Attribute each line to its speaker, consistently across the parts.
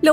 Speaker 1: Lo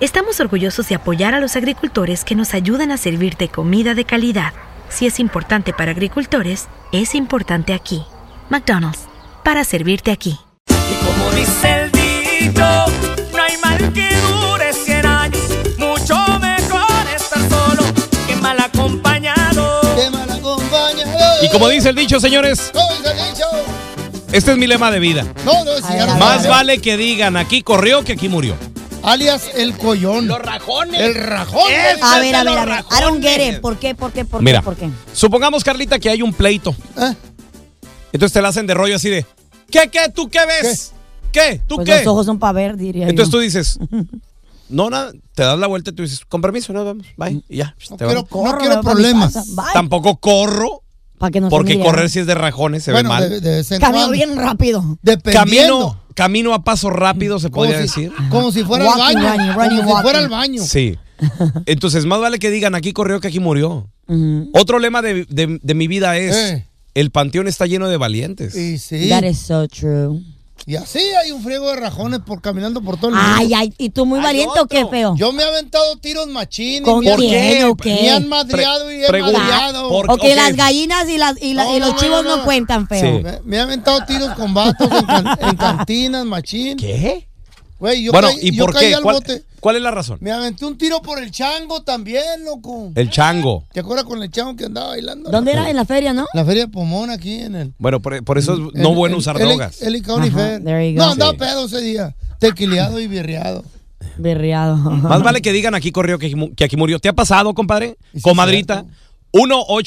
Speaker 2: estamos orgullosos de apoyar a los agricultores que nos ayudan a servirte comida de calidad. Si es importante para agricultores, es importante aquí. McDonald's, para servirte aquí.
Speaker 3: Y como dice el dicho, no hay mal que dure 100 años. Mucho mejor estar solo que mal acompañado.
Speaker 4: ¡Qué mal acompañado!
Speaker 5: Y como dice el dicho, señores,
Speaker 4: ¿Cómo dice el dicho?
Speaker 5: este es mi lema de vida.
Speaker 4: No, no, si ya no
Speaker 5: Más vale que digan aquí corrió que aquí murió.
Speaker 4: Alias el collón. Los rajones. El rajón.
Speaker 6: A ver, a ver, a ver. I don't get it. ¿Por qué? ¿Por qué? ¿Por qué?
Speaker 5: Mira,
Speaker 6: ¿Por qué?
Speaker 5: supongamos, Carlita, que hay un pleito.
Speaker 4: Ah.
Speaker 5: Entonces te la hacen de rollo así de, ¿qué, qué, tú qué ves? ¿Qué? ¿Tú
Speaker 6: Pues
Speaker 5: qué?
Speaker 6: los ojos son para ver, diría
Speaker 5: Entonces tú
Speaker 6: yo.
Speaker 5: dices, no, nada, te das la vuelta y tú dices, con permiso, no, vamos,
Speaker 6: Mm.
Speaker 5: bye, y ya.
Speaker 4: No
Speaker 5: te
Speaker 4: quiero,
Speaker 5: vas.
Speaker 4: no quiero problemas.
Speaker 5: Tampoco corro,
Speaker 6: Para que no se
Speaker 5: porque
Speaker 6: miren.
Speaker 5: correr si es de rajones se
Speaker 4: bueno,
Speaker 5: ve mal.
Speaker 4: de, de vez en
Speaker 6: Camino
Speaker 4: cuando.
Speaker 6: bien rápido.
Speaker 4: Dependiendo.
Speaker 5: camino, camino a paso rápido,
Speaker 6: Mm.
Speaker 5: se
Speaker 4: Como
Speaker 5: podría
Speaker 4: si-
Speaker 5: decir.
Speaker 6: Ah,
Speaker 4: Como si fuera
Speaker 6: Walking,
Speaker 4: al baño.
Speaker 6: running, running,
Speaker 4: como si fuera al
Speaker 6: walking.
Speaker 4: baño.
Speaker 5: Sí. Entonces, más vale que digan, aquí corrió que aquí murió.
Speaker 6: Ujú.
Speaker 5: Otro lema de, de- de mi vida es,
Speaker 4: Eh.
Speaker 5: el panteón está lleno de valientes.
Speaker 4: Y sí.
Speaker 6: That is so true.
Speaker 4: Y así hay un friego de rajones por caminando por todo el mundo.
Speaker 6: Ay, ay, ¿y tú muy valiente o qué feo?
Speaker 4: Yo me he aventado tiros machines.
Speaker 6: ¿Con
Speaker 4: me han-
Speaker 5: ¿Por
Speaker 6: quién
Speaker 5: qué?
Speaker 6: o
Speaker 4: Me han
Speaker 6: qué?
Speaker 4: madreado y he
Speaker 5: Pregunta.
Speaker 4: madreado.
Speaker 5: ¿Por
Speaker 6: O que
Speaker 5: ok.
Speaker 6: las gallinas y, las, y, la-
Speaker 4: No,
Speaker 6: y
Speaker 4: no,
Speaker 6: los
Speaker 4: no,
Speaker 6: chivos
Speaker 4: no,
Speaker 6: no,
Speaker 4: no.
Speaker 6: cuentan feo.
Speaker 5: Sí.
Speaker 4: Me, me he aventado tiros con vatos en, can- en cantinas, machín.
Speaker 5: ¿Qué?
Speaker 4: Güey, yo
Speaker 5: bueno,
Speaker 4: caí-
Speaker 5: ¿y
Speaker 4: yo
Speaker 5: por
Speaker 4: caí
Speaker 5: qué?
Speaker 4: al
Speaker 5: ¿Cuál,
Speaker 4: bote.
Speaker 5: cuál es la razón?
Speaker 4: Me aventé un tiro por el chango también, loco.
Speaker 5: El chango.
Speaker 4: ¿Te acuerdas con el chango que andaba bailando?
Speaker 6: ¿Dónde era? ¿En la feria, no?
Speaker 4: La feria de Pomón aquí en el...
Speaker 5: Bueno, por, por eso es no
Speaker 4: Mm, el-
Speaker 5: bueno
Speaker 4: el-
Speaker 5: usar
Speaker 4: el-
Speaker 5: drogas.
Speaker 4: El, County
Speaker 6: Ajá,
Speaker 4: Fair.
Speaker 6: there you go.
Speaker 4: No, andaba
Speaker 5: Sí.
Speaker 4: pedo ese día. Tequileado y birreado.
Speaker 6: Berreado.
Speaker 5: Más vale que digan aquí corrió que aquí, mu- que aquí murió. ¿Te ha pasado, compadre?
Speaker 4: Y sí,
Speaker 5: Comadrita.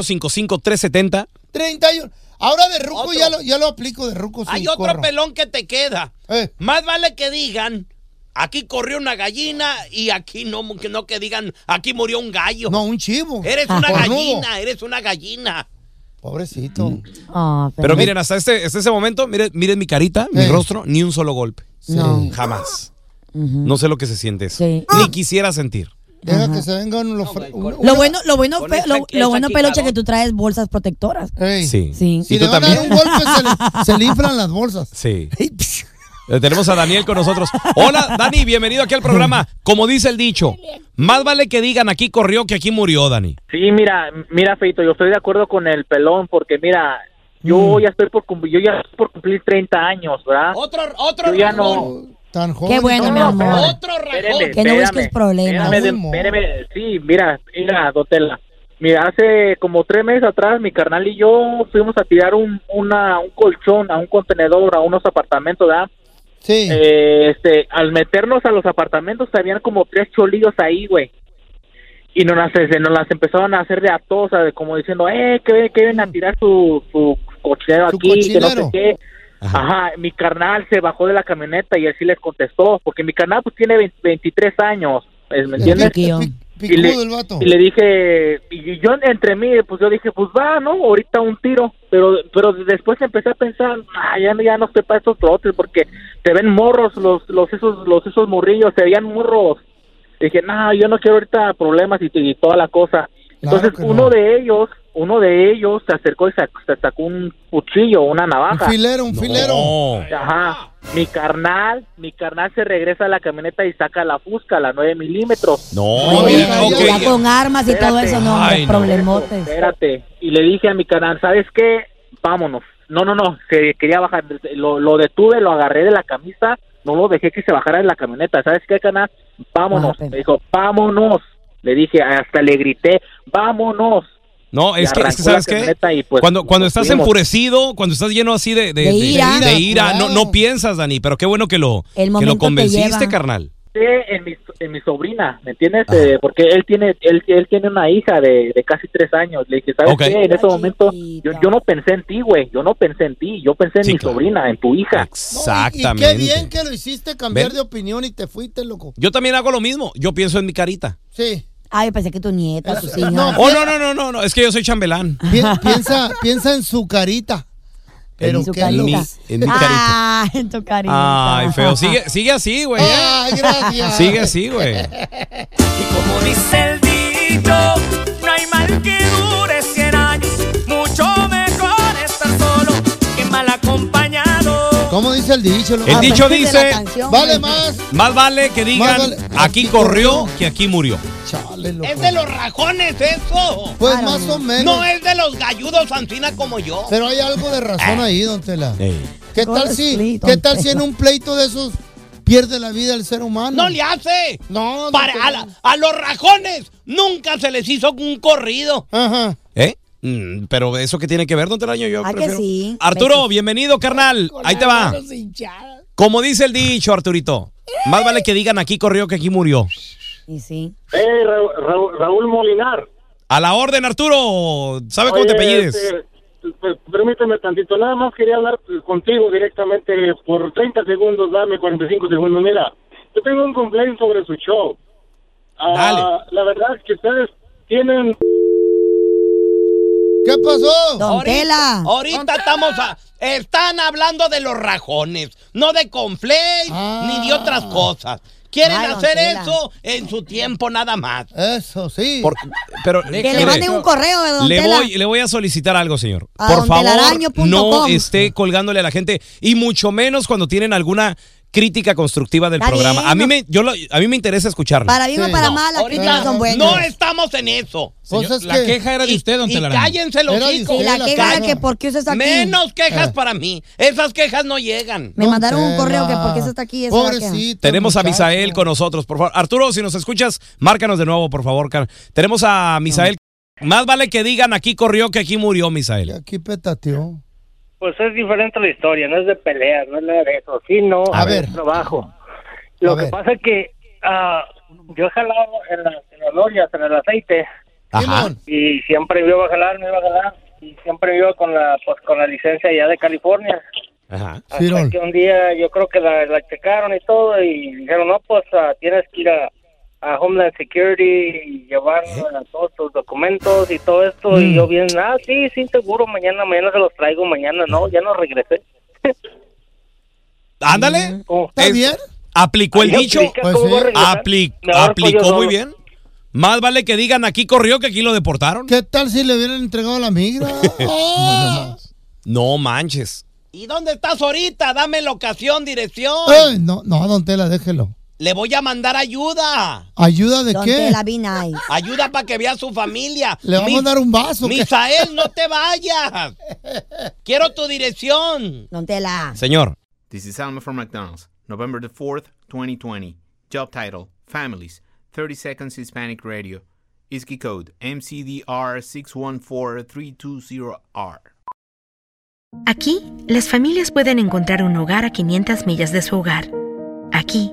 Speaker 5: 1-855-370.
Speaker 4: 30 años. Ahora de ruco ya lo, ya lo aplico de ruco. sí, corro.
Speaker 5: pelón que te queda.
Speaker 4: Eh,
Speaker 5: Más vale que digan, aquí corrió una gallina y aquí no, que no que digan, aquí murió un gallo.
Speaker 4: no, Ah, un chivo. Cornudo.
Speaker 5: eres una gallina.
Speaker 4: Pobrecito.
Speaker 6: Ah,
Speaker 5: Pero
Speaker 6: pero
Speaker 5: miren, hasta este, hasta ese momento, miren, miren mi carita, mi
Speaker 4: Eh.
Speaker 5: rostro, ni un solo golpe.
Speaker 6: No.
Speaker 5: Jamás. No sé lo que se siente eso.
Speaker 6: Sí.
Speaker 5: Ni quisiera sentir.
Speaker 4: Deja que se vengan los... fre- un-
Speaker 6: Lo
Speaker 4: una-
Speaker 6: bueno, lo bueno,
Speaker 7: Con
Speaker 6: fe-
Speaker 7: esta-
Speaker 6: lo,
Speaker 7: esta
Speaker 6: lo bueno peluche,
Speaker 7: quijadón.
Speaker 6: que tú traes bolsas protectoras.
Speaker 4: Ey.
Speaker 5: Sí.
Speaker 6: Sí.
Speaker 4: Si
Speaker 5: ¿Y
Speaker 4: le
Speaker 5: tú
Speaker 4: van a dar un
Speaker 5: también?
Speaker 4: golpe, se le, se le inflan las bolsas.
Speaker 5: Sí. Eh, Tenemos a Daniel con nosotros. Hola, Dani, bienvenido aquí al programa. Como dice el dicho, más vale que digan aquí corrió que aquí murió, Dani.
Speaker 7: Sí, mira, mira, Feito, yo estoy de acuerdo con el pelón porque, mira, yo ya estoy por cumplir, yo ya estoy por cumplir 30 años, ¿verdad?
Speaker 5: Otro, otro
Speaker 7: Ah, yo ya no...
Speaker 4: Tan joven.
Speaker 6: Qué bueno,
Speaker 4: No,
Speaker 6: mi
Speaker 4: no,
Speaker 6: amor.
Speaker 7: Espérame,
Speaker 6: Que no busques
Speaker 7: espérame,
Speaker 6: problemas.
Speaker 7: espérame,
Speaker 4: Muy
Speaker 7: espérame. sí, mira, mira, Dotela. Mira, hace como tres meses atrás mi carnal y yo fuimos a tirar un, una, un colchón a un contenedor, a unos apartamentos, ¿verdad?
Speaker 4: Sí.
Speaker 7: Eh, este, al meternos a los apartamentos habían como tres cholillos ahí, güey. Y nos las, se- nos las empezaron a hacer de a todos, ¿sabe? como diciendo, eh, que, ven- que ven a tirar su, su cochinero
Speaker 4: Su
Speaker 7: aquí, que no
Speaker 4: cochinero.
Speaker 7: sé qué.
Speaker 5: Ajá.
Speaker 7: Ajá. mi carnal se bajó de la camioneta y así les contestó, porque mi carnal pues tiene 20 23 años, ¿eh? ¿me entiendes?
Speaker 4: El pi- el pi-
Speaker 7: Y
Speaker 4: este
Speaker 7: le-
Speaker 4: Picudo el vato.
Speaker 7: Y le dije, y yo entre mí, pues yo dije, pues va, ¿no? Ahorita un tiro. Pero pero después empecé a pensar, ah, ya, no- ya no estoy para estos trotes, porque se ven morros, los, los, esos, los esos morrillos, se veían morros. Dije, no, yo no quiero ahorita problemas y, y toda la cosa. Entonces
Speaker 4: que
Speaker 7: uno
Speaker 4: no.
Speaker 7: de ellos, uno de ellos se acercó y sa- se sacó un cuchillo, una
Speaker 4: Un
Speaker 7: navaja.
Speaker 4: filero, un filero.
Speaker 5: No.
Speaker 7: Ajá. Mi carnal, mi carnal se regresa a la camioneta y saca la fusca, la 9 milímetros.
Speaker 5: No,
Speaker 4: Oye,
Speaker 5: mira,
Speaker 4: oye,
Speaker 5: ok.
Speaker 6: Ya con armas y todo eso, no,
Speaker 5: Ay,
Speaker 6: hombre,
Speaker 5: no.
Speaker 6: problemotes.
Speaker 7: Espérate. Y le dije a mi carnal, ¿sabes qué? Vámonos. No, no, no, se quería bajar. Lo, lo detuve, lo agarré de la camisa, no lo dejé que se bajara de la camioneta. ¿Sabes qué, carnal? Vámonos.
Speaker 6: Bájate.
Speaker 7: Me dijo, vámonos. Le dije, hasta le grité, vámonos.
Speaker 5: No, es
Speaker 7: Y
Speaker 5: que, es que,
Speaker 7: arrancó
Speaker 5: ¿sabes
Speaker 7: la
Speaker 5: qué?
Speaker 7: camioneta y, pues,
Speaker 5: cuando cuando
Speaker 7: nos
Speaker 5: estás
Speaker 7: fuimos.
Speaker 5: enfurecido, cuando estás lleno así de,
Speaker 6: De ira.
Speaker 5: de ira, no,
Speaker 4: Claro.
Speaker 5: no piensas, Dani, pero qué bueno que lo,
Speaker 6: El
Speaker 5: que
Speaker 6: momento
Speaker 5: lo
Speaker 6: te
Speaker 5: convenciste,
Speaker 6: lleva.
Speaker 5: carnal.
Speaker 7: Pensé en mi, en mi sobrina, ¿me entiendes? Eh, porque él tiene él, él tiene una hija de, de casi tres años. Le dije, ¿sabes
Speaker 5: Ok.
Speaker 7: qué? En ese
Speaker 6: Ay,
Speaker 7: momento yo,
Speaker 6: chiquita.
Speaker 7: yo no pensé en ti, güey. Yo no pensé en ti. Yo pensé en
Speaker 5: Sí,
Speaker 7: mi
Speaker 5: claro.
Speaker 7: sobrina, en tu hija.
Speaker 4: No, y-
Speaker 5: Exactamente.
Speaker 4: Y, qué bien que lo hiciste cambiar
Speaker 5: Ven.
Speaker 4: de opinión y te fuiste, loco.
Speaker 5: Yo también hago lo mismo, yo pienso en mi carita.
Speaker 4: Sí.
Speaker 6: Ay, pensé que tu nieta, tus hijas.
Speaker 4: No.
Speaker 5: Oh, no, no, no, no, no, es que yo soy chambelán.
Speaker 4: Pi- piensa, piensa en su carita. Pero
Speaker 6: en su
Speaker 4: qué
Speaker 6: carita.
Speaker 4: loco.
Speaker 5: en mi carita.
Speaker 6: Ah, en tu carita.
Speaker 5: Ay, feo, sigue, sigue así, güey. ¿eh?
Speaker 8: Ah.
Speaker 4: Ay, gracias.
Speaker 5: Sigue así, güey.
Speaker 3: Y como dice el dicho, no hay mal que dure 100 años. Mucho mejor estar solo que mal acompañado.
Speaker 4: ¿Cómo dice el dicho? loco?
Speaker 5: El
Speaker 4: Ah,
Speaker 5: dicho
Speaker 6: aprendiste
Speaker 5: dice-
Speaker 6: la canción,
Speaker 4: Vale
Speaker 6: güey.
Speaker 4: más.
Speaker 5: Más vale que digan
Speaker 4: vale-
Speaker 5: aquí corrió que aquí murió.
Speaker 4: Chale, loco.
Speaker 8: Es de los rajones eso.
Speaker 4: Pues
Speaker 6: Claro,
Speaker 4: más o
Speaker 6: no.
Speaker 4: menos.
Speaker 8: No es de los galludos antina como yo.
Speaker 4: Pero hay algo de razón ahí, don Tela.
Speaker 5: Ey.
Speaker 4: ¿Qué tal
Speaker 6: Golden
Speaker 4: si,
Speaker 6: State,
Speaker 4: qué
Speaker 6: don
Speaker 4: tal si en
Speaker 6: Tela.
Speaker 4: un pleito de esos pierde la vida el ser humano?
Speaker 8: No le hace.
Speaker 4: No, don
Speaker 8: Para-
Speaker 4: Tela.
Speaker 8: a, la- a los rajones nunca se les hizo un corrido.
Speaker 4: Ajá.
Speaker 5: ¿Eh? Mm, pero eso que tiene que ver, don Telaño, yo
Speaker 6: Ah, que
Speaker 5: prefiero-
Speaker 6: sí.
Speaker 5: Arturo,
Speaker 6: Besos.
Speaker 5: bienvenido, carnal. Ahí te va. Como dice el dicho, Arturito. Más vale que digan aquí corrió que aquí murió.
Speaker 6: Y sí.
Speaker 9: Eh, Ra- Ra- Raúl Molinar.
Speaker 5: A la orden, Arturo. ¿Sabe Ah, cómo te
Speaker 9: Oye,
Speaker 5: apellides?
Speaker 9: este, pues, permíteme tantito, nada más quería hablar contigo directamente por 30 segundos, dame 45 segundos. Mira, yo tengo un complaint sobre su show. Ah, La verdad es que ustedes tienen...
Speaker 4: ¿Qué pasó?
Speaker 6: Don Tela.
Speaker 8: Ahorita estamos a. Están hablando de los rajones, no de conflay
Speaker 4: Ah.
Speaker 8: ni de otras cosas. Quieren
Speaker 6: Ay, don
Speaker 8: hacer
Speaker 6: Tela.
Speaker 8: eso en su tiempo nada más.
Speaker 4: Eso sí.
Speaker 5: Por- pero,
Speaker 6: Que
Speaker 5: mire,
Speaker 6: le manden un correo, ¿verdad, don
Speaker 5: le
Speaker 6: Tela?
Speaker 5: voy, le voy a solicitar algo, señor.
Speaker 6: A
Speaker 5: Por favor,
Speaker 6: dontelaraño.com.
Speaker 5: no esté colgándole a la gente y mucho menos cuando tienen alguna crítica constructiva del
Speaker 6: Está
Speaker 5: programa.
Speaker 6: bien,
Speaker 5: A mí
Speaker 6: no.
Speaker 5: me, yo lo- a mí me interesa escucharla.
Speaker 6: Para bien
Speaker 4: Sí.
Speaker 6: o para
Speaker 4: No,
Speaker 6: mal, las
Speaker 8: Ahorita
Speaker 6: críticas son buenas.
Speaker 5: eh,
Speaker 8: no estamos en eso.
Speaker 4: Pues es
Speaker 5: La
Speaker 4: que-
Speaker 5: queja era de
Speaker 8: Y-
Speaker 5: usted, don
Speaker 8: y
Speaker 5: Telaraño.
Speaker 8: cállense los
Speaker 4: Era de
Speaker 8: hijos.
Speaker 6: Y la
Speaker 4: la
Speaker 6: queja era
Speaker 4: cara.
Speaker 6: que por qué usted está aquí.
Speaker 8: Menos quejas
Speaker 4: Eh.
Speaker 8: para mí. Esas quejas no llegan.
Speaker 6: Me
Speaker 4: Don
Speaker 6: mandaron un
Speaker 4: Tela.
Speaker 6: correo que por qué usted está aquí. esa era la queja.
Speaker 4: Pobrecito.
Speaker 5: Tenemos a
Speaker 4: muchacho.
Speaker 6: ¿eh?
Speaker 5: Misael con nosotros, por favor. Arturo, si nos escuchas, márcanos de nuevo, por favor. car- Tenemos a Misael. Más vale que digan aquí corrió que aquí murió,
Speaker 4: Y
Speaker 5: Misael.
Speaker 4: Aquí petateó.
Speaker 9: Pues es diferente la historia, no es de peleas, no es nada de eso, sí, no,
Speaker 4: A
Speaker 9: es
Speaker 4: ver.
Speaker 9: trabajo. Lo
Speaker 4: A
Speaker 9: que
Speaker 4: ver.
Speaker 9: pasa es que ah, yo jalaba en la, en la noria, en el aceite,
Speaker 5: Ajá.
Speaker 4: Simón.
Speaker 9: y siempre me iba a jalar, me iba a jalar, y siempre me iba con la, pues, con la licencia ya de California.
Speaker 5: Ajá.
Speaker 9: Hasta
Speaker 4: Cirol.
Speaker 9: que un día yo creo que la, la checaron y todo y dijeron, no, pues ah, tienes que ir a, a Homeland Security y llevar
Speaker 4: ¿Eh?
Speaker 9: ah, todos tus documentos y todo esto.
Speaker 4: Mm.
Speaker 9: Y yo bien, ah, sí, sí, seguro, mañana, mañana se los traigo, mañana no, ya no regresé.
Speaker 5: Ándale.
Speaker 9: ¿Cómo?
Speaker 4: ¿Está
Speaker 5: Es-
Speaker 4: bien?
Speaker 5: Aplicó el
Speaker 9: Yo
Speaker 5: dicho.
Speaker 9: explica
Speaker 4: Pues
Speaker 9: cómo
Speaker 4: Mm. sí.
Speaker 9: voy a regresar.
Speaker 5: Apli-
Speaker 4: pues,
Speaker 9: Me ahorco yo
Speaker 5: aplicó muy
Speaker 9: solo.
Speaker 5: bien. Más vale que digan aquí corrió que aquí lo deportaron.
Speaker 4: ¿Qué tal si le hubieran entregado la migra? Ah.
Speaker 5: No manches.
Speaker 8: ¿Y dónde estás ahorita? Dame locación, dirección.
Speaker 4: Ay, no, no, don Tela, déjelo.
Speaker 8: Le voy a mandar ayuda.
Speaker 4: ¿Ayuda de
Speaker 6: Don
Speaker 4: qué?
Speaker 6: Tela, be nice.
Speaker 8: Ayuda para que vea a su familia.
Speaker 4: Le vamos a
Speaker 8: Mis-
Speaker 4: dar un vaso. ¿qué?
Speaker 8: Misael, no te vayas. Quiero tu dirección.
Speaker 6: Don Tela.
Speaker 5: Señor.
Speaker 10: This is Alma from McDonald's, November the 4th, 2020. Job title Families, 30 Seconds Hispanic Radio. ISKI code MCDR614320R.
Speaker 2: Aquí, las familias pueden encontrar un hogar a 500 millas de su hogar. Aquí,